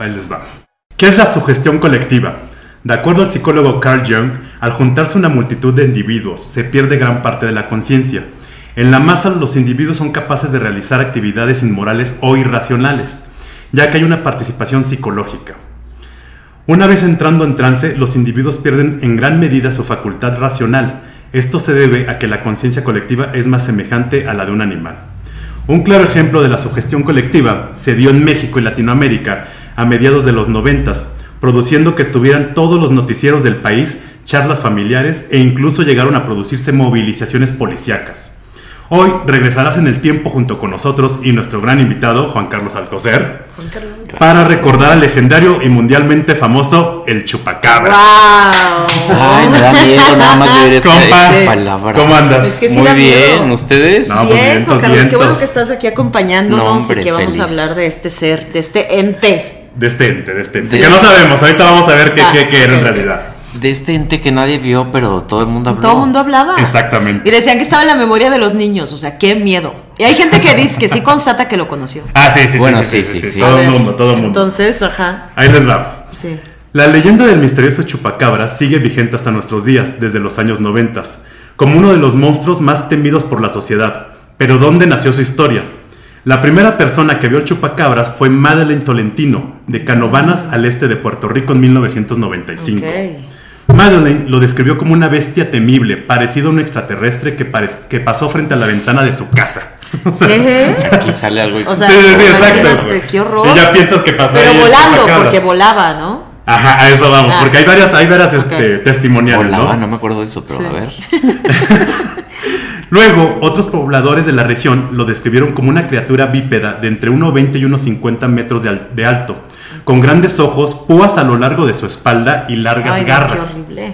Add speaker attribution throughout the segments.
Speaker 1: les va. ¿Qué es la sugestión colectiva? De acuerdo al psicólogo Carl Jung, al juntarse una multitud de individuos se pierde gran parte de la conciencia. En la masa los individuos son capaces de realizar actividades inmorales o irracionales, ya que hay una participación psicológica. Una vez entrando en trance, los individuos pierden en gran medida su facultad racional. Esto se debe a que la conciencia colectiva es más semejante a la de un animal. Un claro ejemplo de la sugestión colectiva se dio en México y Latinoamérica a mediados de los noventas, produciendo que estuvieran todos los noticieros del país, charlas familiares e incluso llegaron a producirse movilizaciones policíacas. Hoy regresarás en el tiempo junto con nosotros y nuestro gran invitado, Juan Carlos Alcocer,
Speaker 2: Juan Carlos.
Speaker 1: para recordar al legendario y mundialmente famoso El Chupacabra.
Speaker 2: ¡Wow!
Speaker 3: Ay, me da miedo nada más de ver esa,
Speaker 1: Compa,
Speaker 3: esa palabra.
Speaker 1: ¿cómo andas?
Speaker 2: Es que sí
Speaker 3: Muy
Speaker 2: da miedo.
Speaker 3: bien, ¿ustedes?
Speaker 1: No,
Speaker 2: Sí,
Speaker 1: pues,
Speaker 2: eh,
Speaker 1: vientos,
Speaker 2: Juan Carlos, qué bueno
Speaker 1: vientos.
Speaker 2: que estás aquí acompañándonos
Speaker 3: No, hombre,
Speaker 2: y que vamos a
Speaker 3: feliz.
Speaker 2: hablar de este ser, de este ente.
Speaker 1: De este ente, de este ente.
Speaker 3: Sí.
Speaker 1: Que no sabemos, ahorita vamos a ver qué,
Speaker 2: Ah,
Speaker 1: qué- qué era en
Speaker 2: ok, ok.
Speaker 1: realidad.
Speaker 3: De este ente que nadie vio, pero todo el mundo habló.
Speaker 2: Todo el mundo hablaba.
Speaker 1: Exactamente.
Speaker 2: Y decían que estaba en la memoria de los niños, o sea, qué miedo. Y hay gente que dice que sí constata que lo conoció.
Speaker 1: Ah, sí, sí, sí,
Speaker 3: Bueno,
Speaker 1: sí, sí,
Speaker 3: sí,
Speaker 1: sí,
Speaker 3: sí,
Speaker 1: sí,
Speaker 3: sí.
Speaker 1: Todo
Speaker 2: A
Speaker 1: el
Speaker 2: ver,
Speaker 1: mundo, todo el mundo.
Speaker 2: Entonces, ajá,
Speaker 1: Ahí les va.
Speaker 2: sí.
Speaker 1: La leyenda del misterioso chupacabra sigue vigente hasta nuestros días, desde los años 90, como uno de los monstruos más temidos por la sociedad. Pero ¿dónde nació su historia? La primera persona que vio el chupacabras fue Madeleine Tolentino, de Canovanas al este de Puerto Rico en 1995.
Speaker 2: Ok.
Speaker 1: Madeleine lo describió como una bestia temible, parecido a un extraterrestre que, parec- que pasó frente a la ventana de su casa. O sea,
Speaker 2: ¿Qué?
Speaker 3: Aquí sale algo. y-
Speaker 2: O sea,
Speaker 1: sí, sí, sí, exacto.
Speaker 2: imagínate,
Speaker 1: güey.
Speaker 2: qué horror.
Speaker 1: Y ya piensas que pasó
Speaker 2: Pero
Speaker 1: ahí el
Speaker 2: volando,
Speaker 1: chupacabras.
Speaker 2: porque volaba, ¿no?
Speaker 1: Ajá, a eso vamos,
Speaker 2: Ah.
Speaker 1: porque hay varias, hay varias este,
Speaker 2: Ok.
Speaker 1: testimoniales,
Speaker 3: Volaba,
Speaker 1: ¿no?
Speaker 3: ¿no? me acuerdo de eso, pero
Speaker 2: Sí.
Speaker 3: a ver.
Speaker 1: Luego, otros pobladores de la región lo describieron como una criatura bípeda de entre 1,20 y 1,50 metros de, al- de alto, con grandes ojos, púas a lo largo de su espalda y largas
Speaker 2: Ay, no,
Speaker 1: garras.
Speaker 2: Qué horrible.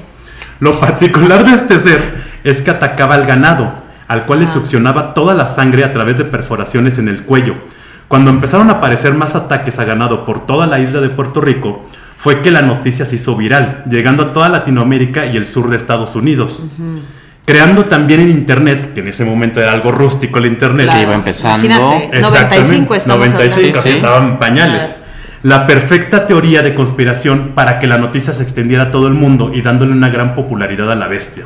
Speaker 1: Lo particular de este ser es que atacaba al ganado, al cual le
Speaker 2: Ah.
Speaker 1: succionaba toda la sangre a través de perforaciones en el cuello. Cuando empezaron a aparecer más ataques a ganado por toda la isla de Puerto Rico, fue que la noticia se hizo viral, llegando a toda Latinoamérica y el sur de Estados Unidos. Creando también en Internet, que en ese momento era algo rústico el Internet,
Speaker 2: Claro.
Speaker 3: iba empezando.
Speaker 2: Imagínate,
Speaker 1: Exactamente,
Speaker 2: 95 estamos
Speaker 1: 95,
Speaker 2: hablando.
Speaker 1: así
Speaker 3: Sí, sí.
Speaker 1: estaban pañales. La perfecta teoría de conspiración para que la noticia se extendiera a todo el mundo y dándole una gran popularidad a la bestia.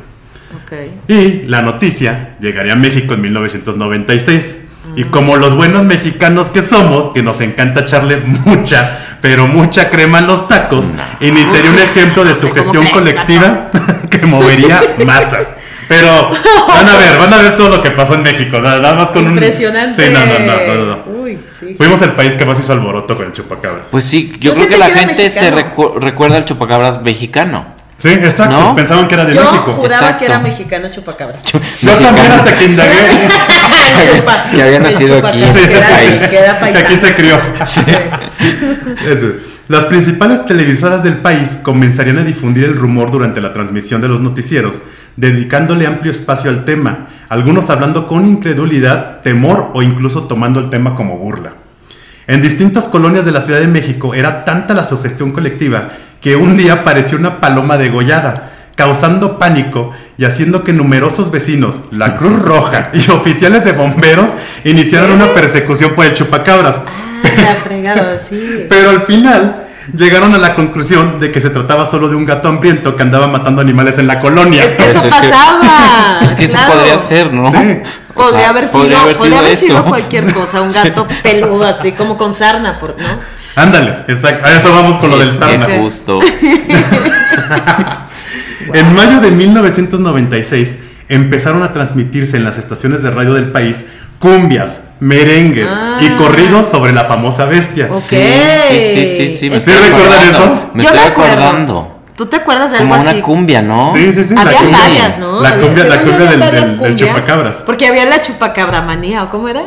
Speaker 2: Ok.
Speaker 1: Y la noticia llegaría a México en 1996.
Speaker 2: Ah.
Speaker 1: Y como los buenos mexicanos que somos, que nos encanta echarle mucha, pero mucha crema a los tacos, iniciaría un ejemplo de
Speaker 2: ¿Cómo
Speaker 1: sugestión
Speaker 2: crees,
Speaker 1: colectiva que movería masas. Pero van a ver, van a ver todo lo que pasó en México. o sea, nada más con un-
Speaker 2: Impresionante.
Speaker 1: Sí, no, no, no, no, no, no.
Speaker 2: Uy, sí.
Speaker 1: Fuimos el país que más hizo alboroto con el chupacabras.
Speaker 3: Pues sí,
Speaker 2: Yo
Speaker 3: yo, creo
Speaker 2: sentí
Speaker 3: que la
Speaker 2: que era
Speaker 3: gente se
Speaker 2: mexicano.
Speaker 3: recu- recuerda al chupacabras mexicano.
Speaker 1: Sí, exacto.
Speaker 3: ¿No?
Speaker 1: Pensaban que era de
Speaker 2: Yo
Speaker 1: México.
Speaker 2: juraba que
Speaker 3: exacto.
Speaker 2: era mexicano chupacabras.
Speaker 1: Yo también
Speaker 3: Mexicano.
Speaker 1: hasta que indagué.
Speaker 2: Chupa-
Speaker 3: Que había
Speaker 2: el
Speaker 3: nacido aquí, en
Speaker 2: chupacabras,
Speaker 3: este
Speaker 2: que era-
Speaker 3: país.
Speaker 2: que era
Speaker 1: Que aquí
Speaker 2: paisano.
Speaker 1: se crió. Eso. Las principales televisoras del país comenzarían a difundir el rumor durante la transmisión de los noticieros, dedicándole amplio espacio al tema, algunos hablando con incredulidad, temor o incluso tomando el tema como burla. En distintas colonias de la Ciudad de México era tanta la sugestión colectiva que un día apareció una paloma degollada, causando pánico y haciendo que numerosos vecinos, la Cruz Roja y oficiales de bomberos iniciaron una persecución por el chupacabras.
Speaker 2: Ah, la fregada, sí.
Speaker 1: Pero al final llegaron a la conclusión de que se trataba solo de un gato hambriento que andaba matando animales en la colonia.
Speaker 2: Es que eso
Speaker 3: Pues es que-
Speaker 2: pasaba.
Speaker 3: Es que
Speaker 2: Ah, claro.
Speaker 3: eso podría ser, ¿no?
Speaker 1: Sí.
Speaker 3: O sea,
Speaker 2: Podría haber sido, podría haber sido,
Speaker 3: eso.
Speaker 2: cualquier cosa, un gato peludo así como con sarna, por- ¿no?
Speaker 1: Ándale, exacto. A eso vamos con lo del
Speaker 3: Es
Speaker 1: sarna.
Speaker 3: bien justo.
Speaker 1: En mayo de 1996 empezaron a transmitirse en las estaciones de radio del país cumbias, merengues
Speaker 2: Ah.
Speaker 1: y corridos sobre la famosa bestia.
Speaker 2: Ok.
Speaker 3: Sí, sí, sí, sí, sí. me
Speaker 2: ¿Sí
Speaker 3: estoy
Speaker 1: recuerdan
Speaker 3: acordando,
Speaker 1: eso?
Speaker 3: Me
Speaker 2: Yo
Speaker 3: estoy
Speaker 2: me acuerdo.
Speaker 3: acordando.
Speaker 2: ¿Tú te acuerdas de algo
Speaker 3: Como
Speaker 2: así?
Speaker 3: una cumbia, ¿no?
Speaker 1: Sí, sí, sí.
Speaker 2: Había
Speaker 1: cumbia.
Speaker 2: varias, ¿no?
Speaker 1: La
Speaker 2: Había-
Speaker 1: cumbia, la
Speaker 2: según yo
Speaker 1: cumbia
Speaker 2: había
Speaker 1: del,
Speaker 2: varias
Speaker 1: del- del
Speaker 2: cumbias,
Speaker 1: chupacabras.
Speaker 2: Porque había la chupacabramanía, ¿o cómo era?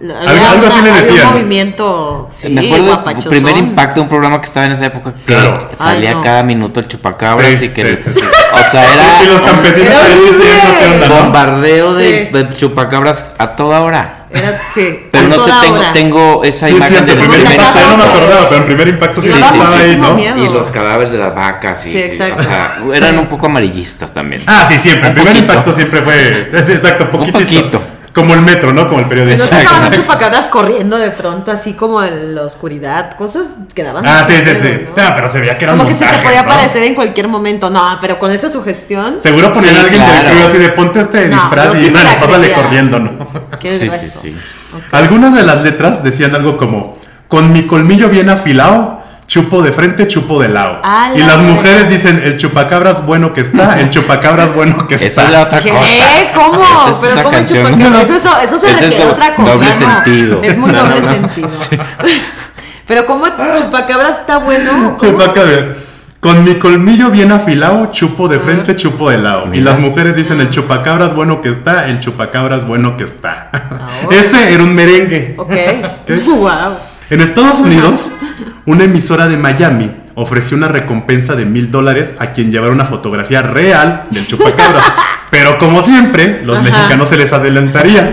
Speaker 2: La-
Speaker 1: Algo- algo así le
Speaker 2: había
Speaker 1: decían.
Speaker 2: un movimiento, sí,
Speaker 3: me acuerdo del
Speaker 2: guapachosón.
Speaker 3: primer impacto de un programa que estaba en esa época. que
Speaker 1: Claro.
Speaker 3: Salía
Speaker 2: Ay, no.
Speaker 3: cada minuto el chupacabras
Speaker 1: Sí,
Speaker 3: y que.
Speaker 1: sí, sí, sí.
Speaker 3: O sea, era.
Speaker 1: Y los campesinos
Speaker 2: Era
Speaker 1: ahí
Speaker 2: horrible.
Speaker 1: diciendo qué onda, ¿no?
Speaker 3: bombardeo de,
Speaker 2: Sí.
Speaker 3: de chupacabras a toda hora.
Speaker 2: Era, sí,
Speaker 3: Pero
Speaker 2: a
Speaker 3: no sé,
Speaker 2: toda
Speaker 3: tengo,
Speaker 2: hora.
Speaker 3: tengo esa
Speaker 1: Sí, es
Speaker 3: imagen
Speaker 1: cierto,
Speaker 3: del
Speaker 1: primer
Speaker 3: primer
Speaker 2: momento.
Speaker 1: impacto. Yo no me
Speaker 2: Sí.
Speaker 1: acordaba, pero en primer impacto
Speaker 2: Sí,
Speaker 1: sí,
Speaker 2: daba
Speaker 1: estaba ahí,
Speaker 2: muchísimo
Speaker 1: ¿no?
Speaker 2: miedo.
Speaker 3: Y los cadáveres de las vacas. y-
Speaker 2: Sí, exacto.
Speaker 3: O sea, eran un poco amarillistas también.
Speaker 1: Ah, sí, siempre. El
Speaker 3: Un
Speaker 1: primer
Speaker 3: poquito.
Speaker 1: impacto siempre fue. Exacto, poquitito.
Speaker 3: poquito.
Speaker 1: Como el metro, ¿no? Como el periodismo.
Speaker 2: No se
Speaker 3: Exacto,
Speaker 2: estaban
Speaker 3: exacto.
Speaker 2: ocho chupacabras corriendo de pronto, así como en la oscuridad, cosas que daban.
Speaker 1: Ah, sí, sí,
Speaker 2: miedo,
Speaker 1: sí.
Speaker 2: ¿no?
Speaker 1: Ah, pero se veía que era un
Speaker 2: Como que se te
Speaker 1: montaje,
Speaker 2: podía
Speaker 1: ¿no?
Speaker 2: aparecer en cualquier momento. No, pero con esa sugestión.
Speaker 1: Seguro ponían a
Speaker 3: Sí,
Speaker 1: alguien del
Speaker 3: claro.
Speaker 1: crew así de ponte este
Speaker 2: No,
Speaker 1: disfraz y
Speaker 2: yo sí me
Speaker 1: bueno,
Speaker 2: la
Speaker 1: pásale
Speaker 2: creía.
Speaker 1: corriendo, ¿no?
Speaker 2: Qué
Speaker 3: Sí, sí,
Speaker 2: grueso.
Speaker 3: sí.
Speaker 1: Algunas de las letras decían algo como: Con mi colmillo bien afilado, chupo de frente, chupo de lado.
Speaker 2: Ah,
Speaker 1: Y
Speaker 2: la
Speaker 1: las
Speaker 2: madre.
Speaker 1: mujeres dicen: El chupacabras bueno que está, el chupacabras bueno que
Speaker 3: Eso
Speaker 1: está.
Speaker 3: es la otra
Speaker 2: Dije,
Speaker 3: cosa.
Speaker 2: ¿eh? ¿Cómo?
Speaker 3: Esa es
Speaker 2: pero
Speaker 3: una
Speaker 2: ¿cómo el
Speaker 3: canción,
Speaker 2: chupacabras?
Speaker 3: ¿no?
Speaker 2: Eso, eso se
Speaker 3: Ese es
Speaker 2: requiere
Speaker 3: do-
Speaker 2: otra cosa.
Speaker 3: doble
Speaker 2: ¿no?
Speaker 3: sentido.
Speaker 2: Es muy
Speaker 3: No,
Speaker 2: doble
Speaker 3: no, no.
Speaker 2: sentido. Pero como
Speaker 1: Ah.
Speaker 2: chupacabras está bueno. ¿Cómo?
Speaker 1: Chupacabra. Con mi colmillo bien afilado, chupo de frente, chupo de lado. Y
Speaker 3: Mira.
Speaker 1: las mujeres dicen, el chupacabras bueno que está, el chupacabras bueno que está.
Speaker 2: bueno.
Speaker 1: Ese era un merengue.
Speaker 2: Ok. Wow.
Speaker 1: En Estados Unidos, una emisora de Miami ofreció una recompensa de mil dólares a quien llevara una fotografía real del chupacabras. Pero como siempre, los mexicanos se les adelantaría.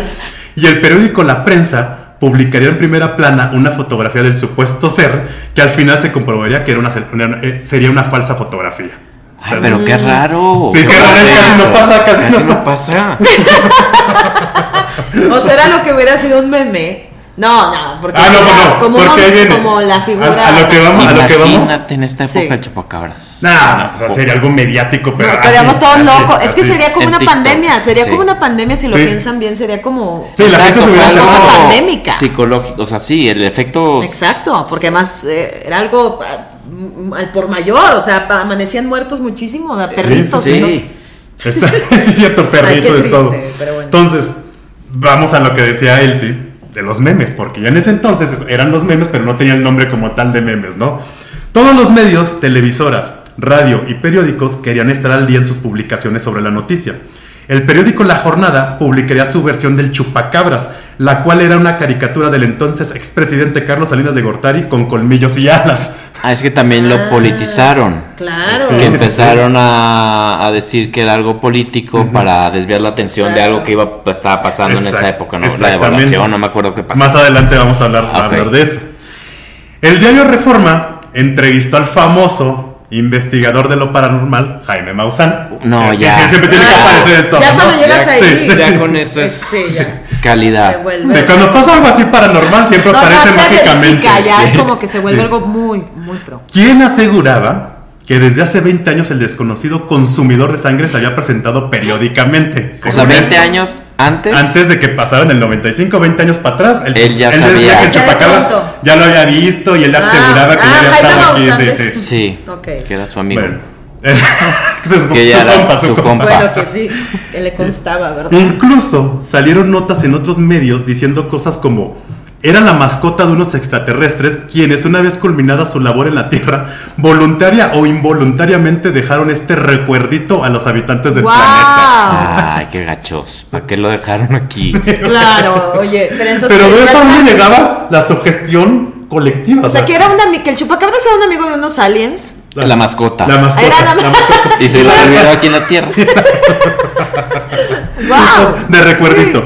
Speaker 1: Y el periódico La Prensa publicaría en primera plana una fotografía del supuesto ser que al final se comprobaría que era una, ser- una- eh, sería una falsa fotografía. O
Speaker 3: Ay,
Speaker 1: sea,
Speaker 3: pero qué raro.
Speaker 1: Sí, qué raro, casi no
Speaker 3: Eso.
Speaker 1: pasa, casi no
Speaker 3: pasa.
Speaker 2: O será lo que hubiera sido un meme. No, no, porque
Speaker 1: Ah, no,
Speaker 2: era
Speaker 1: no,
Speaker 2: como,
Speaker 1: porque
Speaker 2: uno-
Speaker 1: ahí viene.
Speaker 2: como la figura.
Speaker 1: A- a lo que vamos. ¿A lo que vamos?
Speaker 3: Imagínate en esta época
Speaker 2: Sí.
Speaker 3: el chupacabras. Ah,
Speaker 1: Nah, o sea, sería algo mediático,
Speaker 2: No,
Speaker 1: pero.
Speaker 2: estaríamos
Speaker 1: así,
Speaker 2: todos
Speaker 1: Ah, así,
Speaker 2: locos. Es que
Speaker 1: así.
Speaker 2: sería como
Speaker 3: En
Speaker 2: una
Speaker 3: TikTok,
Speaker 2: pandemia. Sería
Speaker 3: sí.
Speaker 2: como una pandemia si lo
Speaker 1: Sí.
Speaker 2: piensan bien. Sería como.
Speaker 1: Sí, la gente se hubiera
Speaker 2: Una cosa
Speaker 1: acercado.
Speaker 2: pandémica.
Speaker 3: Psicológico, o sea, sí, el efecto.
Speaker 2: Exacto, porque además eh, era algo ah, m- al por mayor. O sea, pa- amanecían muertos muchísimo. a Perritos.
Speaker 3: Sí.
Speaker 2: ¿no?
Speaker 1: Está- sí, es cierto, perrito
Speaker 2: Ay, qué
Speaker 1: de todo.
Speaker 2: triste, pero bueno.
Speaker 1: Entonces, vamos a lo que decía Elsie de los memes, porque ya en ese entonces eran los memes, pero no tenía el nombre como tal de memes, ¿no? Todos los medios, televisoras, radio y periódicos querían estar al día en sus publicaciones sobre la noticia. El periódico La Jornada publicaría su versión del Chupacabras, la cual era una caricatura del entonces expresidente Carlos Salinas de Gortari con colmillos y alas.
Speaker 3: Ah, es que también lo
Speaker 2: Ah,
Speaker 3: politizaron.
Speaker 2: Claro.
Speaker 1: Sí.
Speaker 3: Que empezaron a, a decir que era algo político para desviar la atención de
Speaker 2: Exacto.
Speaker 3: algo que iba estaba pasando en esa
Speaker 1: Exact-
Speaker 3: época, ¿no? La
Speaker 1: exactamente.
Speaker 3: devaluación, no me acuerdo qué pasó.
Speaker 1: Más adelante vamos a hablar, a
Speaker 3: Ah, ok.
Speaker 1: hablar de eso. El diario Reforma entrevistó al famoso investigador de lo paranormal, Jaime Maussan.
Speaker 3: No,
Speaker 1: Es que
Speaker 3: ya.
Speaker 1: sí, siempre tiene que
Speaker 2: Ah,
Speaker 1: aparecer en todo.
Speaker 2: ya
Speaker 1: ¿no?
Speaker 2: cuando llegas
Speaker 1: Ya-
Speaker 2: ahí.
Speaker 1: sí, sí, sí.
Speaker 3: ya con eso es
Speaker 2: Sí, ya. Se
Speaker 3: calidad.
Speaker 2: vuelve.
Speaker 1: De cuando pasa algo así paranormal, siempre
Speaker 2: No, no
Speaker 1: aparece
Speaker 2: se
Speaker 1: mágicamente.
Speaker 2: verifica, ya
Speaker 1: sí.
Speaker 2: es como que se vuelve
Speaker 1: Sí.
Speaker 2: algo muy, muy pro.
Speaker 1: ¿Quién aseguraba que desde hace 20 años el desconocido consumidor de sangre se había presentado periódicamente?
Speaker 3: O sea,
Speaker 1: Según
Speaker 3: 20
Speaker 1: esto.
Speaker 3: años antes.
Speaker 1: Antes de que pasaran el 95, 20 años para atrás, el
Speaker 3: Él ya
Speaker 1: decía
Speaker 3: sabía.
Speaker 1: que el
Speaker 2: Ya de
Speaker 1: chupacabras
Speaker 2: pronto.
Speaker 1: ya lo había visto y él
Speaker 2: Ah,
Speaker 1: aseguraba que
Speaker 2: ah,
Speaker 1: ya había
Speaker 2: Jaime
Speaker 1: estado aquí.
Speaker 2: Maussan
Speaker 1: Sí,
Speaker 2: es-
Speaker 1: sí.
Speaker 3: Sí.
Speaker 2: Ok.
Speaker 3: Que era su amigo.
Speaker 1: Bueno. su, su
Speaker 3: Que ya era
Speaker 1: compa, su
Speaker 3: su
Speaker 1: compa.
Speaker 3: compa.
Speaker 2: Bueno, que sí, que le constaba, ¿verdad?
Speaker 1: Incluso salieron notas en otros medios diciendo cosas como era la mascota de unos extraterrestres quienes una vez culminada su labor en la Tierra, voluntaria o involuntariamente dejaron este recuerdito a los habitantes del
Speaker 2: ¡Wow!
Speaker 1: planeta.
Speaker 3: Ay, qué gachos. ¿Para qué lo dejaron aquí?
Speaker 2: Claro, oye, pero entonces.
Speaker 1: Pero ¿ves a
Speaker 2: ¿verdad?
Speaker 1: dónde llegaba la sugestión colectiva?
Speaker 2: O sea, que era un ami- que el chupacabras era un amigo de unos aliens.
Speaker 3: La mascota.
Speaker 1: La mascota.
Speaker 2: Era la-
Speaker 1: la mascota.
Speaker 3: Y se lo olvidó aquí en la tierra.
Speaker 2: ¡Wow!
Speaker 1: de recuerdito.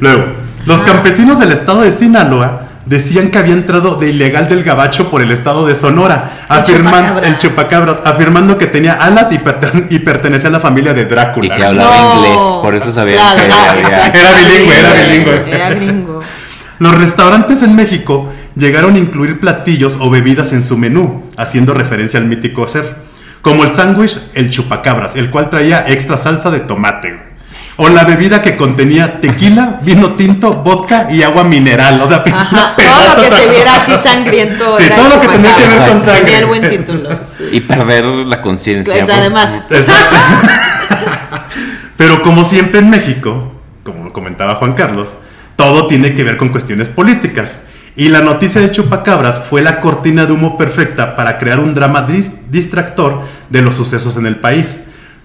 Speaker 1: Luego,
Speaker 2: Ah.
Speaker 1: los campesinos del estado de Sinaloa decían que había entrado de ilegal del gabacho por el estado de Sonora,
Speaker 2: El
Speaker 1: afirmando
Speaker 2: chupacabras.
Speaker 1: el chupacabras, afirmando que tenía alas y, perten- y pertenecía a la familia de Drácula.
Speaker 3: Y que hablaba
Speaker 2: No.
Speaker 3: inglés, por eso sabía que
Speaker 2: claro,
Speaker 3: había-
Speaker 2: exacto.
Speaker 1: Era bilingüe, era bilingüe.
Speaker 2: Era gringo.
Speaker 1: Los restaurantes en México llegaron a incluir platillos o bebidas en su menú, haciendo referencia al mítico ser, como el sándwich el chupacabras, el cual traía extra salsa de tomate. O la bebida que contenía tequila, vino tinto, vodka y agua mineral. O sea,
Speaker 2: Ajá,
Speaker 1: una pedota
Speaker 2: todo lo que se
Speaker 1: total.
Speaker 2: viera así sangriento.
Speaker 1: Sí,
Speaker 2: era
Speaker 1: todo lo que tenía que ver
Speaker 2: Chupacabras.
Speaker 1: con
Speaker 3: Exacto.
Speaker 1: sangre.
Speaker 2: Tenía el buen título. sí.
Speaker 3: Y perder la conciencia.
Speaker 2: Pues,
Speaker 3: por-
Speaker 2: además.
Speaker 1: Exacto. Pero como siempre en México, como lo comentaba Juan Carlos, todo tiene que ver con cuestiones políticas. Y la noticia de Chupacabras fue la cortina de humo perfecta para crear un drama dis- distractor de los sucesos en el país,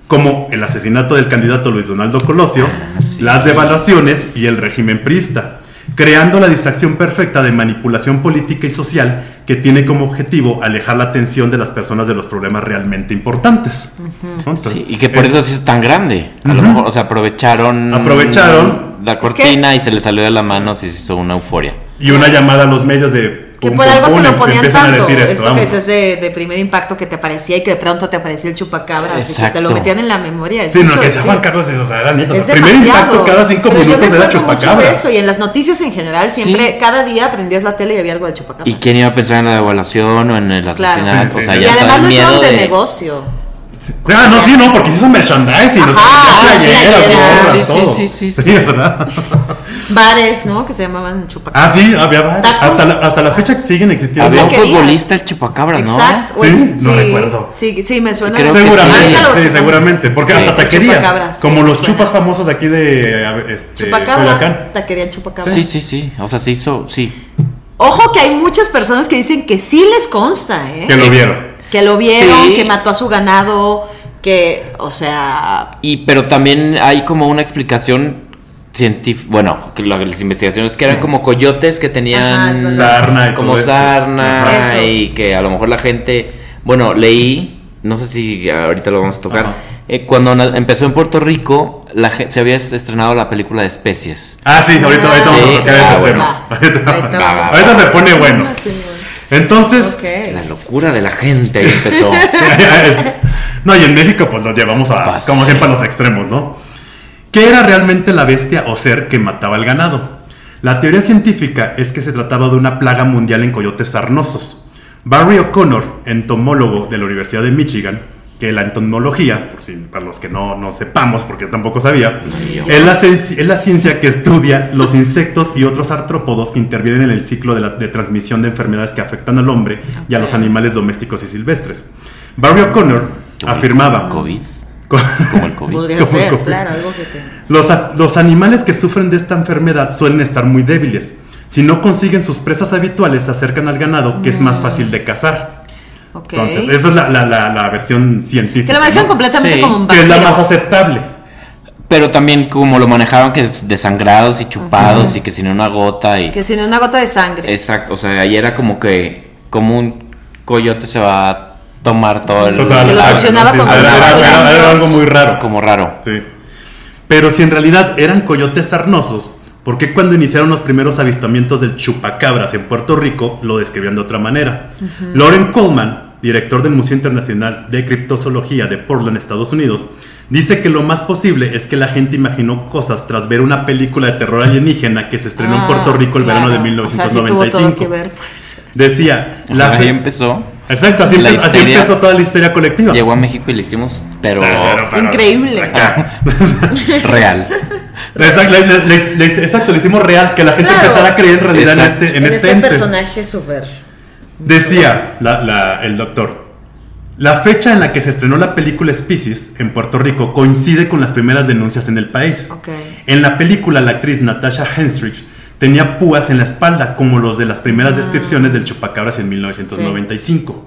Speaker 1: como el asesinato del candidato Luis Donaldo Colosio,
Speaker 3: Ah, sí.
Speaker 1: las devaluaciones y el régimen priista, creando la distracción perfecta de manipulación política y social que tiene como objetivo alejar la atención de las personas de los problemas realmente importantes. Entonces,
Speaker 3: Sí, y que por
Speaker 1: es-
Speaker 3: eso sí es tan grande. A lo
Speaker 1: Ujú.
Speaker 3: mejor, o sea, aprovecharon.
Speaker 1: Aprovecharon.
Speaker 3: La cortina y se le salió de la mano, sí se hizo una euforia.
Speaker 1: Y una llamada a los medios de
Speaker 2: Que
Speaker 1: pum,
Speaker 2: por
Speaker 1: pum,
Speaker 2: algo
Speaker 1: pum,
Speaker 2: que lo
Speaker 1: em-
Speaker 2: ponían
Speaker 1: empiezan a
Speaker 2: tanto,
Speaker 1: decir esto,
Speaker 2: esto que
Speaker 1: vámonos.
Speaker 2: es de, de primer impacto que te parecía y que de pronto te parecía el chupacabra, así que te lo
Speaker 3: Exacto.
Speaker 2: metían en la memoria. es
Speaker 1: Sí, no,
Speaker 2: mucho
Speaker 1: que sea
Speaker 2: decir.
Speaker 1: Juan Carlos es, o sea, era neta. o
Speaker 2: Es
Speaker 1: sea, primer
Speaker 2: demasiado.
Speaker 1: impacto cada cinco
Speaker 2: Pero yo
Speaker 1: minutos era
Speaker 2: recuerdo mucho de
Speaker 1: chupacabras.
Speaker 2: eso y en las noticias en general siempre,
Speaker 3: Sí.
Speaker 2: cada día prendías la tele y había algo de chupacabras.
Speaker 3: ¿Y quién iba a pensar en la devaluación o en el
Speaker 2: Ah, pues. Claro.
Speaker 3: asesinato?
Speaker 1: Sí, sí,
Speaker 3: o sea,
Speaker 1: sí.
Speaker 2: Y
Speaker 3: ya estaba
Speaker 2: además
Speaker 3: el
Speaker 2: lo hicieron
Speaker 3: miedo
Speaker 2: de,
Speaker 3: de...
Speaker 2: negocio.
Speaker 1: Sí. Ah, no, sí, no, porque sí son merchandising, o sea,
Speaker 2: Ajá,
Speaker 1: había playeras,
Speaker 2: sí,
Speaker 1: gorras,
Speaker 3: playeras.
Speaker 1: todo.
Speaker 3: Sí, sí, sí, sí,
Speaker 1: Sí,
Speaker 3: sí.
Speaker 1: ¿verdad?
Speaker 2: Bares, ¿no? Que se llamaban chupacabras.
Speaker 1: Ah, sí, había varios.
Speaker 2: Tacos.
Speaker 1: hasta la, hasta la fecha siguen existiendo.
Speaker 3: Había un
Speaker 2: Porquerías.
Speaker 3: futbolista, el Chupacabra, Ah, ¿no?
Speaker 2: Exacto.
Speaker 1: Sí,
Speaker 2: Oye,
Speaker 1: no recuerdo.
Speaker 2: Sí, sí, me suena.
Speaker 3: Creo que
Speaker 1: seguramente,
Speaker 3: Ahorita
Speaker 2: Ahorita lo
Speaker 1: sí,
Speaker 2: checamos.
Speaker 1: seguramente, porque
Speaker 3: Sí.
Speaker 1: hasta
Speaker 2: Chupacabras,
Speaker 1: taquerías,
Speaker 2: sí,
Speaker 1: como
Speaker 2: me
Speaker 1: los
Speaker 2: suena.
Speaker 1: chupas famosos de aquí de a ver, este, Coyoacán.
Speaker 2: Chupacabras, taquería chupacabras.
Speaker 3: Sí, sí, sí. O sea, se hizo, sí.
Speaker 2: Ojo que hay muchas personas que dicen que sí les consta, ¿eh?
Speaker 1: que lo vieron.
Speaker 2: Que lo vieron,
Speaker 3: Sí.
Speaker 2: que mató a su ganado, que, o sea,
Speaker 3: Y, pero también hay como una explicación científica, bueno, que la- las investigaciones que eran
Speaker 2: Sí.
Speaker 3: como coyotes que tenían
Speaker 2: Ajá, es verdad.
Speaker 1: Sarna y
Speaker 3: como
Speaker 1: todo esto.
Speaker 3: sarna
Speaker 2: Ajá. Eso.
Speaker 3: y que a lo mejor la gente, bueno, leí, no sé si ahorita lo vamos a tocar,
Speaker 1: Ajá.
Speaker 3: eh, cuando na- empezó en Puerto Rico, la, ge- se había estrenado la película de especies.
Speaker 1: Ah, sí, ahorita, ahorita
Speaker 3: Sí,
Speaker 1: vamos a tocar
Speaker 3: claro,
Speaker 1: ese
Speaker 3: va.
Speaker 1: tema. Ahorita,
Speaker 2: Ahorita
Speaker 3: vamos.
Speaker 1: ahorita se pone bueno. Entonces,
Speaker 3: La
Speaker 2: Ok.
Speaker 3: locura de la gente ahí empezó.
Speaker 1: Es- no, y en México pues lo llevamos a,
Speaker 3: Pase.
Speaker 1: como siempre, a los extremos, ¿no? ¿Qué era realmente la bestia o ser que mataba al ganado? La teoría científica es que se trataba de una plaga mundial en coyotes sarnosos. Barry O'Connor, entomólogo de la Universidad de Michigan, que la entomología, por si- para los que no, no sepamos, porque tampoco sabía,
Speaker 3: yo.
Speaker 1: es la, cien- es la ciencia que estudia los insectos y otros artrópodos que intervienen en el ciclo de, la- de transmisión de enfermedades que afectan al hombre y a los
Speaker 2: Ok.
Speaker 1: animales domésticos y silvestres. Barry O'Connor afirmaba,
Speaker 3: COVID.
Speaker 1: co-
Speaker 3: Como el COVID.
Speaker 2: Podría
Speaker 1: ¿Cómo
Speaker 2: ser,
Speaker 1: copiar?
Speaker 2: claro, algo que te...
Speaker 1: los, a- los animales que sufren de esta enfermedad suelen estar muy débiles. Si no consiguen sus presas habituales, se acercan al ganado, que es más fácil de cazar.
Speaker 2: Mm. Ok.
Speaker 1: Entonces, esa es la, la- la- la versión científica.
Speaker 2: que lo manejan
Speaker 1: ¿no?
Speaker 2: completamente
Speaker 3: Sí.
Speaker 2: como un
Speaker 1: Que es la
Speaker 2: vampiro.
Speaker 1: más aceptable.
Speaker 3: Pero también como lo manejaron, que es desangrados y chupados y que sin una gota y...
Speaker 2: Que sin una gota de sangre.
Speaker 3: Exacto, o sea, ahí era como que como un coyote se va a tomar todo el
Speaker 1: Total.
Speaker 2: Que lo
Speaker 1: ah,
Speaker 2: succionaba
Speaker 1: sí,
Speaker 2: con
Speaker 1: sí,
Speaker 2: sus
Speaker 1: era- era- era- era algo muy raro.
Speaker 3: como raro.
Speaker 1: Sí. Pero si en realidad eran coyotes sarnosos, ¿por qué cuando iniciaron los primeros avistamientos del chupacabras en Puerto Rico lo describían de otra manera? Lauren Coleman, director del Museo Internacional de Criptozoología de Portland, Estados Unidos, dice que lo más posible es que la gente imaginó cosas tras ver una película de terror alienígena que se estrenó en
Speaker 2: Ah,
Speaker 1: Puerto Rico el verano de
Speaker 2: claro. O sea, sí
Speaker 1: 1995.
Speaker 2: tuvo todo que ver.
Speaker 1: Decía, la
Speaker 3: Ahí
Speaker 1: fe-
Speaker 3: empezó.
Speaker 1: Exacto, así,
Speaker 3: La
Speaker 1: empezó, así
Speaker 3: histeria.
Speaker 1: empezó toda la histeria colectiva.
Speaker 3: Llegó a México y le hicimos, pero
Speaker 1: Pero, pero,
Speaker 2: Increíble.
Speaker 1: acá.
Speaker 3: real.
Speaker 1: Exacto, le, le- le- le- exacto, lo hicimos real, que la gente
Speaker 2: Claro.
Speaker 1: empezara a creer en realidad en
Speaker 3: Exacto.
Speaker 1: este, en
Speaker 2: En
Speaker 1: este
Speaker 2: este
Speaker 1: ente.
Speaker 2: personaje súper...
Speaker 1: Decía la- la- el doctor, la fecha en la que se estrenó la película Species en Puerto Rico coincide con las primeras denuncias en el país.
Speaker 2: Ok.
Speaker 1: En la película, la actriz Natasha Henstridge tenía púas en la espalda, como los de las primeras
Speaker 2: Ah.
Speaker 1: descripciones del chupacabras en 1995.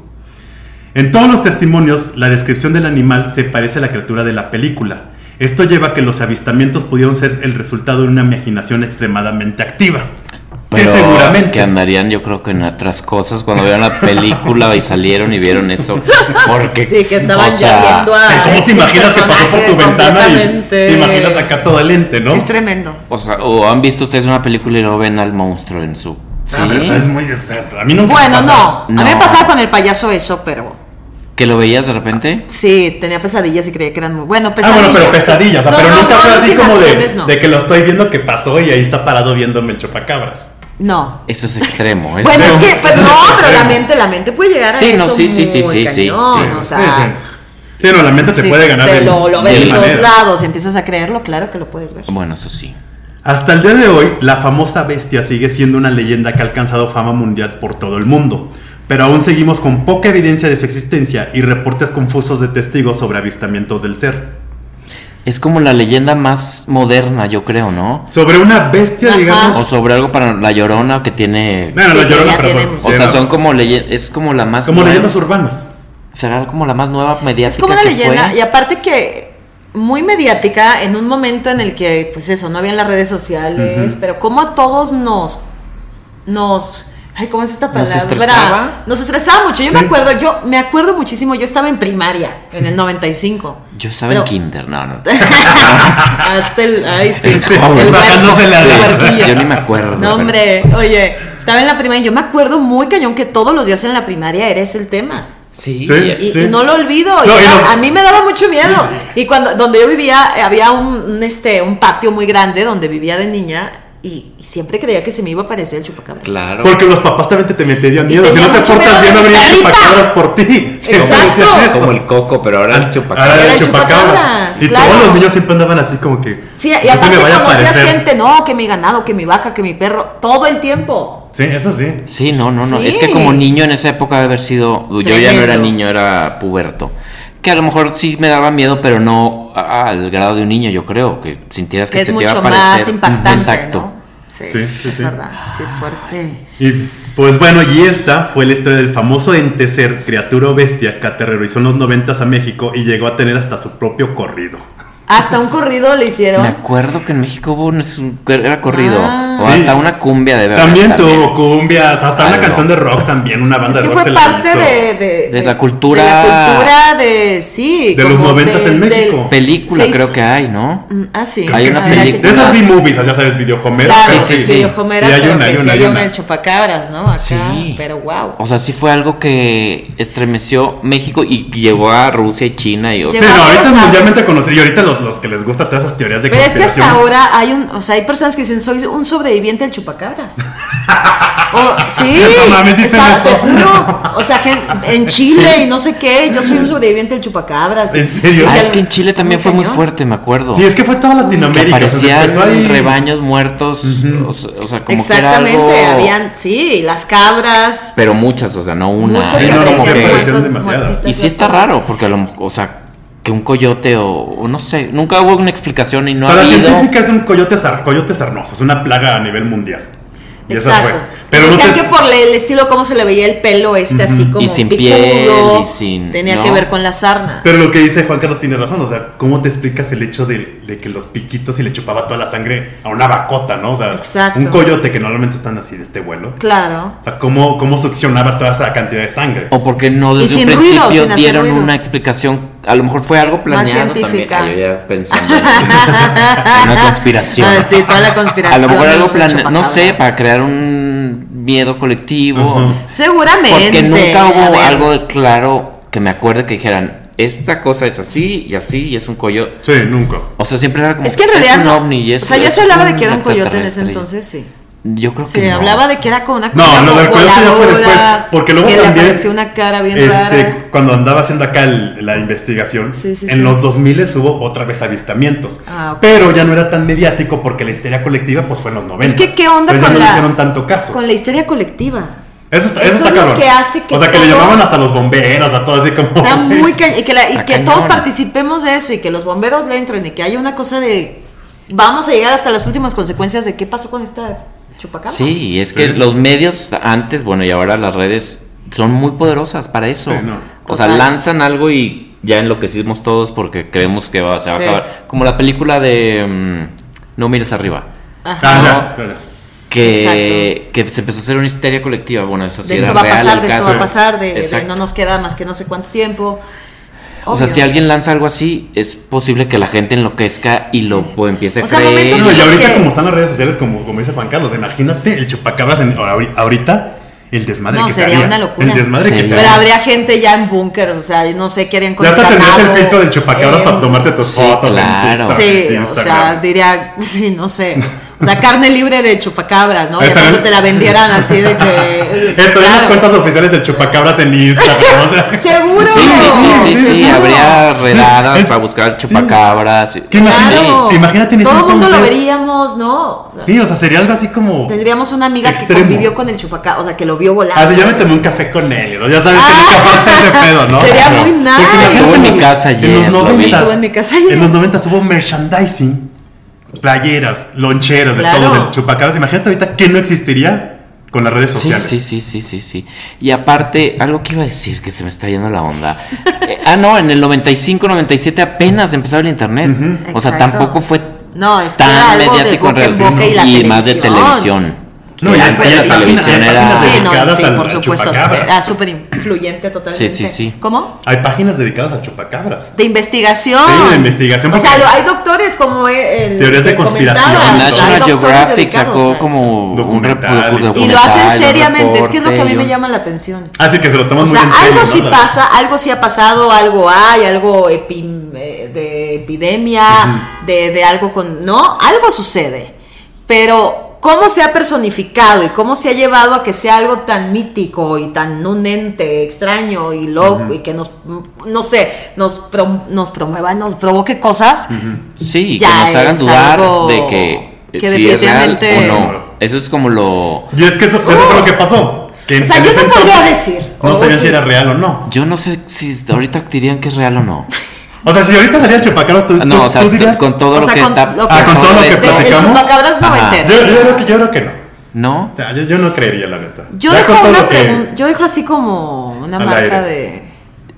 Speaker 1: En todos los testimonios, la descripción del animal se parece a la criatura de la película. Esto lleva a que los avistamientos pudieron ser el resultado de una imaginación extremadamente activa. que
Speaker 3: Pero
Speaker 1: seguramente.
Speaker 3: Que andarían, yo creo que en otras cosas cuando vieron la película y salieron y vieron eso. Porque.
Speaker 2: Sí, que estaban
Speaker 3: o
Speaker 2: ya
Speaker 3: sea,
Speaker 2: viendo a...
Speaker 1: ¿Cómo te
Speaker 2: este
Speaker 1: imaginas que pasó por
Speaker 2: personaje
Speaker 1: tu ventana y
Speaker 2: completamente-
Speaker 1: te imaginas acá toda lente, no?
Speaker 2: Es tremendo.
Speaker 3: O sea, o han visto ustedes una película y luego ven al monstruo en su. Sí.
Speaker 1: Ah, pero, o sea, es muy exacto. A mí nunca me
Speaker 2: Bueno,
Speaker 1: pasa.
Speaker 2: no. A mí me
Speaker 3: No.
Speaker 2: pasaba con el payaso eso, pero
Speaker 3: Que lo veías de repente.
Speaker 2: sí, tenía pesadillas y creía que eran muy. Bueno,
Speaker 1: Ah,
Speaker 2: pesadillas.
Speaker 1: bueno, pero pesadillas. O sea,
Speaker 2: No,
Speaker 1: pero
Speaker 2: no,
Speaker 1: nunca
Speaker 2: no,
Speaker 1: fue así como de,
Speaker 2: alucinaciones, no.
Speaker 1: de que lo estoy viendo que pasó y ahí está parado viéndome el chupacabras.
Speaker 2: No.
Speaker 3: Eso es extremo. ¿eh?
Speaker 2: Bueno,
Speaker 1: Pero-
Speaker 2: es que, pues, no, pero la
Speaker 1: Pero-
Speaker 2: mente, la mente puede llegar a
Speaker 3: Sí, no,
Speaker 2: eso
Speaker 3: sí, sí, sí,
Speaker 2: muy
Speaker 3: sí, sí,
Speaker 2: cañón,
Speaker 3: sí,
Speaker 2: o
Speaker 1: Sí,
Speaker 2: sea,
Speaker 1: sí. Sí, no, la mente te
Speaker 2: si
Speaker 1: puede ganar
Speaker 2: te
Speaker 1: de
Speaker 2: lo, lo ves
Speaker 1: mil
Speaker 2: de todos
Speaker 1: maneras.
Speaker 2: lados, empiezas a creerlo, claro que lo puedes ver.
Speaker 3: Bueno, eso sí.
Speaker 1: Hasta el día de hoy, la famosa bestia sigue siendo una leyenda que ha alcanzado fama mundial por todo el mundo, pero aún seguimos con poca evidencia de su existencia y reportes confusos de testigos sobre avistamientos del ser.
Speaker 3: Es como la leyenda más moderna, yo creo, ¿no?
Speaker 1: Sobre una bestia,
Speaker 2: Ajá.
Speaker 1: digamos.
Speaker 3: O sobre algo para la llorona que tiene.
Speaker 1: No, no, no,
Speaker 2: Sí,
Speaker 1: yo
Speaker 2: que
Speaker 1: no,
Speaker 2: ya
Speaker 1: perdón.
Speaker 2: tenemos.
Speaker 3: O sea, son
Speaker 1: Llevamos-
Speaker 3: como leyendas. Es como la más.
Speaker 1: como
Speaker 3: nueva-
Speaker 1: leyendas urbanas.
Speaker 3: Será como la más nueva
Speaker 2: Es
Speaker 3: mediática.
Speaker 2: como una
Speaker 3: que
Speaker 2: leyenda,
Speaker 3: fue?
Speaker 2: y aparte que muy mediática en un momento en el que, pues eso, no había las redes sociales, pero como a todos nos, nos Ay, ¿cómo es esta
Speaker 3: ¿Nos
Speaker 2: palabra?
Speaker 3: estresaba?
Speaker 2: Nos estresaba mucho. Yo me
Speaker 1: Sí.
Speaker 2: acuerdo, yo me acuerdo muchísimo, yo estaba en primaria, en el 95.
Speaker 3: Yo estaba en
Speaker 2: Pero-
Speaker 3: kinder, no, no.
Speaker 2: Hasta el. Ay, sí.
Speaker 3: Sí,
Speaker 2: el
Speaker 1: bajándose la-
Speaker 2: el huerquillo.
Speaker 3: Yo ni me acuerdo.
Speaker 2: No,
Speaker 3: pero-
Speaker 2: hombre, oye, estaba en la primaria. Yo me acuerdo muy cañón que todos los días en la primaria era ese el tema.
Speaker 3: Sí.
Speaker 1: Sí.
Speaker 3: y-
Speaker 2: Y, y no lo olvido. y
Speaker 1: No, y
Speaker 2: era-
Speaker 1: los-
Speaker 2: A mí me daba mucho miedo. Y cuando donde yo vivía, eh, había un, un, este, un patio muy grande donde vivía de niña y, y siempre creía que se me iba a aparecer el chupacabras.
Speaker 3: Claro.
Speaker 1: Porque los papás también te, te metían miedo.
Speaker 2: tenía
Speaker 1: Si no te
Speaker 2: mucho
Speaker 1: portas
Speaker 2: miedo
Speaker 1: bien,
Speaker 2: de
Speaker 1: no habría
Speaker 2: mi carita.
Speaker 1: chupacabras por ti. Siempre
Speaker 2: Exacto.
Speaker 1: decían eso.
Speaker 3: Como el coco, pero ahora el
Speaker 1: Ahora
Speaker 3: chupacabra.
Speaker 1: era
Speaker 2: Era
Speaker 1: el
Speaker 2: el
Speaker 1: chupacabra.
Speaker 2: chupacabras,
Speaker 1: Y
Speaker 2: claro.
Speaker 1: todos los niños siempre andaban así como que.
Speaker 2: Sí,
Speaker 1: "No
Speaker 2: y
Speaker 1: se
Speaker 2: aparte
Speaker 1: me vaya a
Speaker 2: conocías
Speaker 1: aparecer".
Speaker 2: gente, no, que mi ganado, que mi vaca, que mi perro, todo el tiempo.
Speaker 1: Sí, eso sí.
Speaker 3: Sí, no, no, no.
Speaker 2: Sí.
Speaker 3: Es que como niño en esa época de haber sido. Yo ya no era
Speaker 2: Tremendo.
Speaker 3: niño, era puberto. Que a lo mejor sí me daba miedo, pero no a- al grado de un niño, yo creo. Que sintieras que,
Speaker 2: Que es
Speaker 3: se te iba a
Speaker 2: mucho
Speaker 3: aparecer.
Speaker 2: más impactante.
Speaker 3: Exacto.
Speaker 2: ¿no? Sí,
Speaker 1: Sí, sí,
Speaker 2: es
Speaker 1: sí.
Speaker 2: verdad, sí es fuerte.
Speaker 1: Y pues bueno, y esta fue la historia del famoso ente ser, criatura o bestia, que aterrorizó en los noventas a México y llegó a tener hasta su propio corrido.
Speaker 2: Ah, Hasta un corrido le
Speaker 3: Me
Speaker 2: hicieron.
Speaker 3: acuerdo que en México hubo un, su- era corrido.
Speaker 2: Ah.
Speaker 3: o
Speaker 1: Sí.
Speaker 3: hasta una cumbia de verdad.
Speaker 1: también, tuvo cumbias, hasta una
Speaker 3: Algo.
Speaker 1: canción de rock también, una
Speaker 2: Es
Speaker 1: banda
Speaker 2: que
Speaker 1: de rock
Speaker 2: fue
Speaker 1: la
Speaker 2: parte
Speaker 1: hizo.
Speaker 2: de, de-
Speaker 3: De la cultura-
Speaker 2: De la cultura de. Sí.
Speaker 1: De los
Speaker 2: como
Speaker 1: noventas en
Speaker 2: del-
Speaker 1: México.
Speaker 3: Película
Speaker 2: se
Speaker 3: creo
Speaker 2: hizo-
Speaker 3: que hay, ¿no?
Speaker 2: Mm, Ah, sí.
Speaker 3: Hay una
Speaker 2: Habrá que
Speaker 1: Sí,
Speaker 3: película.
Speaker 1: de esas
Speaker 2: checar.
Speaker 1: B-movies, ya sabes, videojomeros.
Speaker 2: Claro,
Speaker 1: pero
Speaker 2: sí, sí,
Speaker 3: sí.
Speaker 2: Homera,
Speaker 1: Sí, hay
Speaker 2: pero
Speaker 1: una,
Speaker 2: que
Speaker 1: hay
Speaker 2: sí
Speaker 1: una,
Speaker 2: hay
Speaker 1: hay
Speaker 2: una
Speaker 1: una.
Speaker 2: de chupacabras, ¿no? Acá,
Speaker 3: Sí.
Speaker 2: pero wow.
Speaker 3: O sea, sí fue algo que estremeció México y llegó a Rusia y China y o
Speaker 1: Sí, no, ahorita es
Speaker 2: Llevamos
Speaker 1: mundialmente conocido. Y ahorita los, los que les gusta todas esas teorías de
Speaker 2: Pero es que
Speaker 1: conspiración.
Speaker 2: hasta ahora hay un, o sea, hay personas que dicen, soy un sobreviviente del chupacabras. O- sí.
Speaker 1: No mames, dicen
Speaker 2: está- te
Speaker 1: eso.
Speaker 2: juro. O sea, gen- en Chile
Speaker 1: Sí.
Speaker 2: y no sé qué, yo soy un sobreviviente del chupacabras.
Speaker 1: ¿En serio?
Speaker 3: Ah,
Speaker 1: Ya
Speaker 3: es que en Chile también fue muy
Speaker 2: cañón.
Speaker 3: fuerte, me acuerdo.
Speaker 1: Sí, es que fue toda
Speaker 3: que
Speaker 1: Latinoamérica. o sea, se
Speaker 3: aparecían
Speaker 1: empezó ahí.
Speaker 3: rebaños muertos, o, se- o sea, como
Speaker 2: Exactamente,
Speaker 3: que era algo-
Speaker 2: habían, sí, las cabras,
Speaker 3: pero muchas, o sea, no una.
Speaker 2: muchas
Speaker 1: Sí,
Speaker 3: era
Speaker 2: que
Speaker 1: no,
Speaker 3: como
Speaker 1: sí
Speaker 2: aparecían
Speaker 3: que-
Speaker 1: aparecían
Speaker 2: muertas,
Speaker 1: demasiadas.
Speaker 2: muertas,
Speaker 3: y sí está
Speaker 2: muertas.
Speaker 3: raro porque a lo mejor, o sea, que un coyote o, o no sé, nunca hubo una explicación y no
Speaker 1: o sea,
Speaker 3: ha
Speaker 1: la
Speaker 3: habido.
Speaker 1: científica es un coyote, sar- coyote sarnoso, es una plaga a nivel mundial. Y esa fue.
Speaker 2: Exacto.
Speaker 1: Pero no
Speaker 2: Decían
Speaker 1: te-
Speaker 2: que por le- el estilo cómo se le veía el pelo este así como
Speaker 3: sin
Speaker 2: picudo,
Speaker 3: piel, y sin-
Speaker 2: tenía
Speaker 3: ¿no?
Speaker 2: que ver con la sarna.
Speaker 1: Pero lo que dice Juan Carlos tiene razón, o sea, ¿cómo te explicas el hecho de, de que los piquitos y le chupaba toda la sangre a una bacota, ¿no? O sea,
Speaker 2: Exacto.
Speaker 1: un coyote que normalmente están así de este vuelo.
Speaker 2: claro.
Speaker 1: O sea, ¿cómo, cómo succionaba toda esa cantidad de sangre?
Speaker 3: O porque no
Speaker 2: Y
Speaker 3: desde un
Speaker 2: sin ruido,
Speaker 3: principio
Speaker 2: sin hacer
Speaker 3: dieron
Speaker 2: ruido.
Speaker 3: una explicación. A lo mejor fue algo planeado también.
Speaker 2: científica.
Speaker 3: Ah, yo ya pensando en una conspiración.
Speaker 2: Ah, sí, toda la conspiración.
Speaker 3: A lo mejor algo
Speaker 2: del
Speaker 3: planeado, no
Speaker 2: chupacabra.
Speaker 3: sé, para crear un miedo colectivo.
Speaker 1: Ujú.
Speaker 2: Seguramente.
Speaker 3: Porque nunca
Speaker 2: a
Speaker 3: hubo
Speaker 2: ver.
Speaker 3: algo de claro que me acuerde que dijeran, esta cosa es así y así y es un coyote.
Speaker 1: Sí, nunca.
Speaker 3: O sea, siempre era como.
Speaker 2: Es que en realidad
Speaker 3: un
Speaker 2: no.
Speaker 3: ovni y es-
Speaker 2: o sea, ya
Speaker 3: es
Speaker 2: se hablaba de
Speaker 3: un
Speaker 2: que era un coyote en ese
Speaker 3: extraterrestre.
Speaker 2: entonces, sí.
Speaker 3: Yo creo que.
Speaker 2: Se
Speaker 3: no.
Speaker 2: hablaba de que era como una
Speaker 1: No, lo del coyote ya fue
Speaker 2: voladora,
Speaker 1: después. Porque luego
Speaker 2: que le
Speaker 1: también.
Speaker 2: apareció una cara bien
Speaker 1: este,
Speaker 2: rara.
Speaker 1: Cuando andaba haciendo acá el- la investigación,
Speaker 2: Sí, sí,
Speaker 1: en
Speaker 2: sí.
Speaker 1: los 2000 hubo otra vez avistamientos.
Speaker 2: Ah, ok.
Speaker 1: Pero ya no era tan mediático porque la histeria colectiva pues fue en los 90.
Speaker 2: Es que, ¿qué onda
Speaker 1: Entonces ya
Speaker 2: con
Speaker 1: no le
Speaker 2: la-
Speaker 1: hicieron tanto caso.
Speaker 2: Con la historia colectiva.
Speaker 1: Eso está,
Speaker 2: Eso
Speaker 1: eso está
Speaker 2: es lo
Speaker 1: cabrón.
Speaker 2: que hace que
Speaker 1: o sea, que le
Speaker 2: todo-
Speaker 1: llamaban hasta los bomberos, a todo así como.
Speaker 2: Está muy ca- y que, la- y
Speaker 3: Está
Speaker 2: que
Speaker 3: cañón.
Speaker 2: todos participemos de eso y que los bomberos le entren y que haya una cosa de vamos a llegar hasta las últimas consecuencias de qué pasó con esta chupacabra.
Speaker 3: Sí, y es que
Speaker 1: Sí.
Speaker 3: los medios antes, bueno, y ahora las redes son muy poderosas para eso.
Speaker 1: Sí, no.
Speaker 3: O sea,
Speaker 2: Total.
Speaker 3: lanzan algo y ya enloquecimos todos porque creemos que va, se va
Speaker 2: Sí.
Speaker 3: a acabar. Como la película de mm, No mires arriba.
Speaker 2: Ajá.
Speaker 1: Ah, ya, ya.
Speaker 3: Que, que se empezó a hacer una histeria colectiva. Bueno, eso
Speaker 2: de
Speaker 3: sí Pues era
Speaker 2: esto va a
Speaker 3: real
Speaker 2: pasar,
Speaker 3: el
Speaker 2: de esto
Speaker 3: caso.
Speaker 2: va a pasar, de, de
Speaker 3: Exacto.
Speaker 2: no nos queda más que no sé cuánto tiempo.
Speaker 3: O sea,
Speaker 2: Obvio.
Speaker 3: si alguien lanza algo así, es posible que la gente enloquezca y lo pues, empiece a
Speaker 2: O sea,
Speaker 3: creer.
Speaker 2: momentos
Speaker 1: No,
Speaker 2: Sí,
Speaker 1: y
Speaker 2: es
Speaker 1: ahorita,
Speaker 2: que-
Speaker 1: como están las redes sociales, como, como dice Juan Carlos, imagínate el chupacabras en, ahori- ahorita, el desmadre
Speaker 2: No,
Speaker 1: que
Speaker 2: sería
Speaker 1: se haría.
Speaker 2: una locura.
Speaker 1: El desmadre que
Speaker 3: Sí.
Speaker 1: se
Speaker 2: Pero
Speaker 1: haría.
Speaker 2: habría gente ya en búnkeres, o sea, no sé, querían
Speaker 1: Ya hasta tendrías el filtro del chupacabras
Speaker 2: chupacabra
Speaker 1: para tomarte tus fotos. en
Speaker 3: claro.
Speaker 1: Twitter,
Speaker 2: eh. Sí,
Speaker 1: en
Speaker 2: o sea,
Speaker 1: Instagram.
Speaker 2: diría, sí, no sé. O sea, carne libre de chupacabras, ¿no? Ya
Speaker 1: Está
Speaker 2: cuando
Speaker 1: bien.
Speaker 2: te la vendieran así de que.
Speaker 1: Estarían las
Speaker 2: eh, Claro.
Speaker 1: cuentas oficiales del chupacabras en Instagram. o sea.
Speaker 2: Seguro.
Speaker 3: Sí, sí, sí, sí, sí,
Speaker 2: Seguro.
Speaker 3: habría redadas
Speaker 1: es-
Speaker 3: para buscar
Speaker 1: sí.
Speaker 3: chupacabras.
Speaker 1: que imagínate-
Speaker 2: Claro.
Speaker 1: Imagínate en ese
Speaker 2: Todo el mundo lo
Speaker 1: entonces.
Speaker 2: veríamos, ¿no? O sea,
Speaker 1: Sí, o sea, sería algo así como.
Speaker 2: Tendríamos una amiga
Speaker 1: Extremo.
Speaker 2: que convivió con el chupacabra, o sea, que lo vio volar.
Speaker 1: Ah, sí, ya me tomé un café con él. ¿no? Ya sabes que nunca falta ese pedo, ¿no?
Speaker 2: Ah. Sería muy nice.
Speaker 1: imagínate
Speaker 3: Estuvo en mi
Speaker 1: los-
Speaker 3: casa ayer,
Speaker 1: En
Speaker 3: lo
Speaker 1: los
Speaker 3: vi.
Speaker 1: 90.
Speaker 2: Estuvo en mi casa ayer.
Speaker 1: los 90 hubo merchandising, playeras, loncheras, de
Speaker 2: Claro.
Speaker 1: todo, del chupacabras. Imagínate ahorita que no existiría con las redes
Speaker 3: Sí,
Speaker 1: sociales.
Speaker 3: sí, sí, sí, sí, sí. Y aparte, algo que iba a decir que se me está yendo la onda. Eh, ah, no, en el 95, 97 apenas empezaba el internet. O sea,
Speaker 2: Exacto.
Speaker 3: tampoco fue
Speaker 2: No, es que era
Speaker 3: tan
Speaker 2: algo de
Speaker 3: mediático en
Speaker 2: boca en
Speaker 3: realidad.
Speaker 2: boca y la
Speaker 3: más de
Speaker 2: televisión.
Speaker 3: televisión.
Speaker 1: No,
Speaker 2: Que
Speaker 1: y
Speaker 2: la
Speaker 1: hay-
Speaker 2: fue-
Speaker 1: hay
Speaker 2: sí,
Speaker 1: páginas-
Speaker 2: sí,
Speaker 1: hay
Speaker 2: no,
Speaker 1: páginas
Speaker 2: sí, no,
Speaker 1: dedicadas
Speaker 2: sí,
Speaker 1: al-
Speaker 2: por
Speaker 1: al
Speaker 2: supuesto.
Speaker 1: chupacabras.
Speaker 2: Ah, súper influyente totalmente.
Speaker 3: Sí, sí, sí.
Speaker 2: ¿Cómo?
Speaker 1: Hay páginas dedicadas al chupacabras.
Speaker 2: De investigación.
Speaker 1: Sí, de investigación,
Speaker 2: O sea,
Speaker 1: porque-
Speaker 2: lo- hay doctores como e- el.
Speaker 1: Teorías de
Speaker 2: que
Speaker 1: conspiración.
Speaker 2: comentabas,
Speaker 1: National
Speaker 2: hay
Speaker 3: National
Speaker 2: doctores
Speaker 3: Geographic
Speaker 2: dedicados a
Speaker 3: sacó
Speaker 2: eso.
Speaker 3: como un
Speaker 1: Documental
Speaker 3: repu-
Speaker 1: y todo.
Speaker 2: Y lo hacen
Speaker 3: documental, un
Speaker 2: seriamente, es que es lo que a mí me
Speaker 3: reporte,
Speaker 2: llama la atención.
Speaker 1: Así que se lo toman
Speaker 2: O
Speaker 1: muy
Speaker 2: sea,
Speaker 1: en serio.
Speaker 2: algo
Speaker 1: ¿no?
Speaker 2: sí
Speaker 1: La-
Speaker 2: pasa, algo sí ha pasado, algo hay, algo epi- eh, de epidemia, de, de algo con... No, algo sucede. Pero cómo se ha personificado y cómo se ha llevado a que sea algo tan mítico y tan un ente extraño y loco y que nos, no sé, nos, pro- nos promueva, nos provoque cosas.
Speaker 3: Sí,
Speaker 2: Ya
Speaker 3: que nos hagan
Speaker 2: es
Speaker 3: dudar
Speaker 2: algo
Speaker 3: de que,
Speaker 2: que
Speaker 3: si es real
Speaker 2: definitivamente-
Speaker 3: o no. Eso es como lo...
Speaker 1: Y es que eso, eso fue lo que pasó. Que en-
Speaker 2: Uh. O sea,
Speaker 1: en
Speaker 2: yo
Speaker 1: ese
Speaker 2: no podría
Speaker 1: entonces
Speaker 2: decir.
Speaker 1: No
Speaker 2: O
Speaker 1: sabía
Speaker 2: sí.
Speaker 1: si era real o no.
Speaker 3: Yo no sé si ahorita dirían que es real o no.
Speaker 1: O sea, si ahorita salía el chupacabras, tú,
Speaker 3: No,
Speaker 1: tú-
Speaker 3: o sea,
Speaker 1: tú dirías.
Speaker 3: con todo
Speaker 2: O
Speaker 3: lo
Speaker 2: sea,
Speaker 3: que
Speaker 2: con
Speaker 3: está...
Speaker 2: lo que- este,
Speaker 1: Ah, con todo lo que
Speaker 3: esto-
Speaker 2: El
Speaker 1: platicamos.
Speaker 2: chupacabras no me
Speaker 3: Ajá.
Speaker 1: Yo,
Speaker 2: entero.
Speaker 1: yo creo que, yo creo que no.
Speaker 3: ¿No?
Speaker 1: O sea, yo, yo no creería, la neta.
Speaker 2: Yo
Speaker 1: Ya
Speaker 2: dejo,
Speaker 1: con todo
Speaker 2: una
Speaker 1: lo que-
Speaker 2: pregun- yo dejo así como una
Speaker 1: Al
Speaker 2: marca de,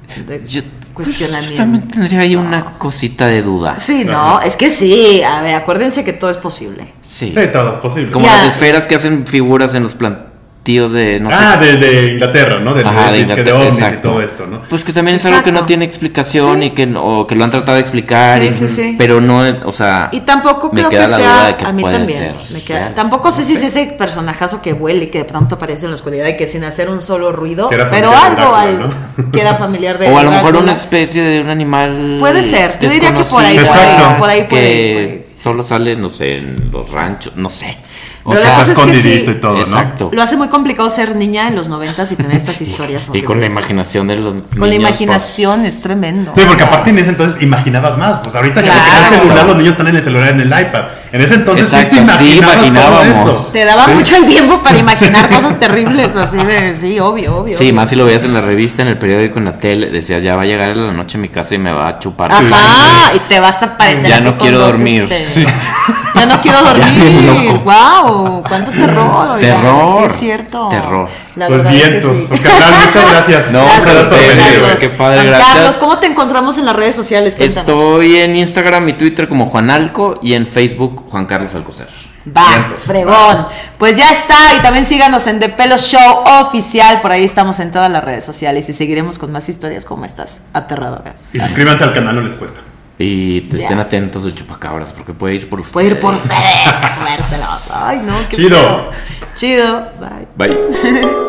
Speaker 1: aire.
Speaker 2: de
Speaker 3: Yo, pues,
Speaker 2: cuestionamiento.
Speaker 3: yo también tendría ahí una cosita de duda.
Speaker 2: Sí, no, es que sí, a ver, acuérdense que todo es posible.
Speaker 3: Sí.
Speaker 1: De todas posibles.
Speaker 3: Como
Speaker 2: Ya.
Speaker 3: las esferas que hacen figuras en los plantíos de... No
Speaker 1: ah,
Speaker 3: sé.
Speaker 1: de, de Inglaterra, ¿no? Del
Speaker 3: Ajá, de
Speaker 1: disque de
Speaker 3: Inglaterra,
Speaker 1: ovnis y
Speaker 3: exacto.
Speaker 1: todo esto, ¿no?
Speaker 3: Pues que también es algo que
Speaker 2: Exacto.
Speaker 3: no tiene explicación
Speaker 2: Sí.
Speaker 3: y que, no- o que lo han tratado de explicar.
Speaker 2: Sí,
Speaker 3: y-
Speaker 2: sí, sí.
Speaker 3: Pero no, o sea...
Speaker 2: Y tampoco
Speaker 3: me
Speaker 2: creo que
Speaker 3: queda la duda
Speaker 2: sea
Speaker 3: de que
Speaker 2: a mí
Speaker 3: puede
Speaker 2: también.
Speaker 3: ser
Speaker 2: me queda-
Speaker 3: real.
Speaker 2: tampoco sé si es
Speaker 3: sé.
Speaker 2: ese personajazo que huele y que de pronto aparece en la oscuridad y que sin hacer un solo ruido,
Speaker 1: Que era
Speaker 2: pero
Speaker 1: familiar de
Speaker 2: algo,
Speaker 1: Drácula,
Speaker 2: algo
Speaker 1: ¿no?
Speaker 2: que era familiar de
Speaker 3: O a lo mejor
Speaker 2: Drácula.
Speaker 3: una especie de un animal.
Speaker 2: Puede ser, yo diría que por ahí,
Speaker 3: desconocido,
Speaker 1: por ahí, por
Speaker 2: ahí, por ahí,
Speaker 3: que
Speaker 2: por ahí.
Speaker 3: Solo sale, no sé, en los ranchos, no sé. O
Speaker 2: Pero la
Speaker 3: sea,
Speaker 1: Está
Speaker 2: cosa es que
Speaker 1: escondidito
Speaker 2: sí.
Speaker 1: y todo,
Speaker 3: exacto.
Speaker 2: Lo hace muy complicado ser niña en los noventas y tener estas historias.
Speaker 3: y con la
Speaker 2: horribles.
Speaker 3: imaginación de los.
Speaker 2: Con la
Speaker 3: niños, pues,
Speaker 2: imaginación es tremendo.
Speaker 1: ¿no? pues. Sí, porque aparte en ese entonces imaginabas más. Pues ahorita que
Speaker 2: Claro.
Speaker 1: está el celular, los niños están en el celular, en el iPad. En ese entonces
Speaker 3: Exacto,
Speaker 1: sí te
Speaker 3: sí,
Speaker 1: imaginabas
Speaker 3: imaginábamos.
Speaker 1: todo eso.
Speaker 2: Te daba mucho el tiempo para imaginar cosas terribles, así de, sí, obvio, obvio.
Speaker 3: pues, Sí,
Speaker 2: obvio.
Speaker 3: más si lo veías en la revista, en el periódico, en la tele, decías, ya va a llegar en la noche a mi casa y me va a chupar. la sangre".
Speaker 2: Ajá, y te vas a parecer.
Speaker 3: Ya
Speaker 2: aquí
Speaker 3: no
Speaker 2: con
Speaker 3: quiero
Speaker 2: dos,
Speaker 3: dormir.
Speaker 2: este,
Speaker 3: Sí.
Speaker 2: Ya no quiero
Speaker 3: Ya bien
Speaker 2: dormir.
Speaker 3: loco.
Speaker 2: wow, cuánto terror. oigan,
Speaker 3: Terror.
Speaker 2: Sí, es cierto.
Speaker 3: Terror.
Speaker 2: La
Speaker 1: Pues
Speaker 2: verdad es que
Speaker 1: vientos.
Speaker 2: sí.
Speaker 1: Oscar, Fran, muchas gracias.
Speaker 3: No,
Speaker 1: muchas gracias por
Speaker 3: ustedes,
Speaker 1: venir,
Speaker 3: güey.
Speaker 1: güey.
Speaker 2: Carlos.
Speaker 3: Qué padre,
Speaker 2: Juan
Speaker 3: gracias.
Speaker 2: Carlos, ¿cómo te encontramos en las redes sociales? Cuéntanos.
Speaker 3: Estoy en Instagram y Twitter como Juan Alco y en Facebook Juan Carlos Alcocer.
Speaker 2: Va,
Speaker 1: Vientos.
Speaker 2: fregón. Pues ya está. Y también síganos en The Pelo Show Oficial. Por ahí estamos en todas las redes sociales y seguiremos con más historias como estas aterradoras.
Speaker 1: Y suscríbanse al canal, no les cuesta.
Speaker 3: Y te
Speaker 2: Ya.
Speaker 3: estén atentos del chupacabras porque puede ir por ustedes.
Speaker 2: Puede ir por ustedes. comérselos. Ay, no, qué
Speaker 1: Chido.
Speaker 2: feo. Chido. Bye.
Speaker 3: Bye.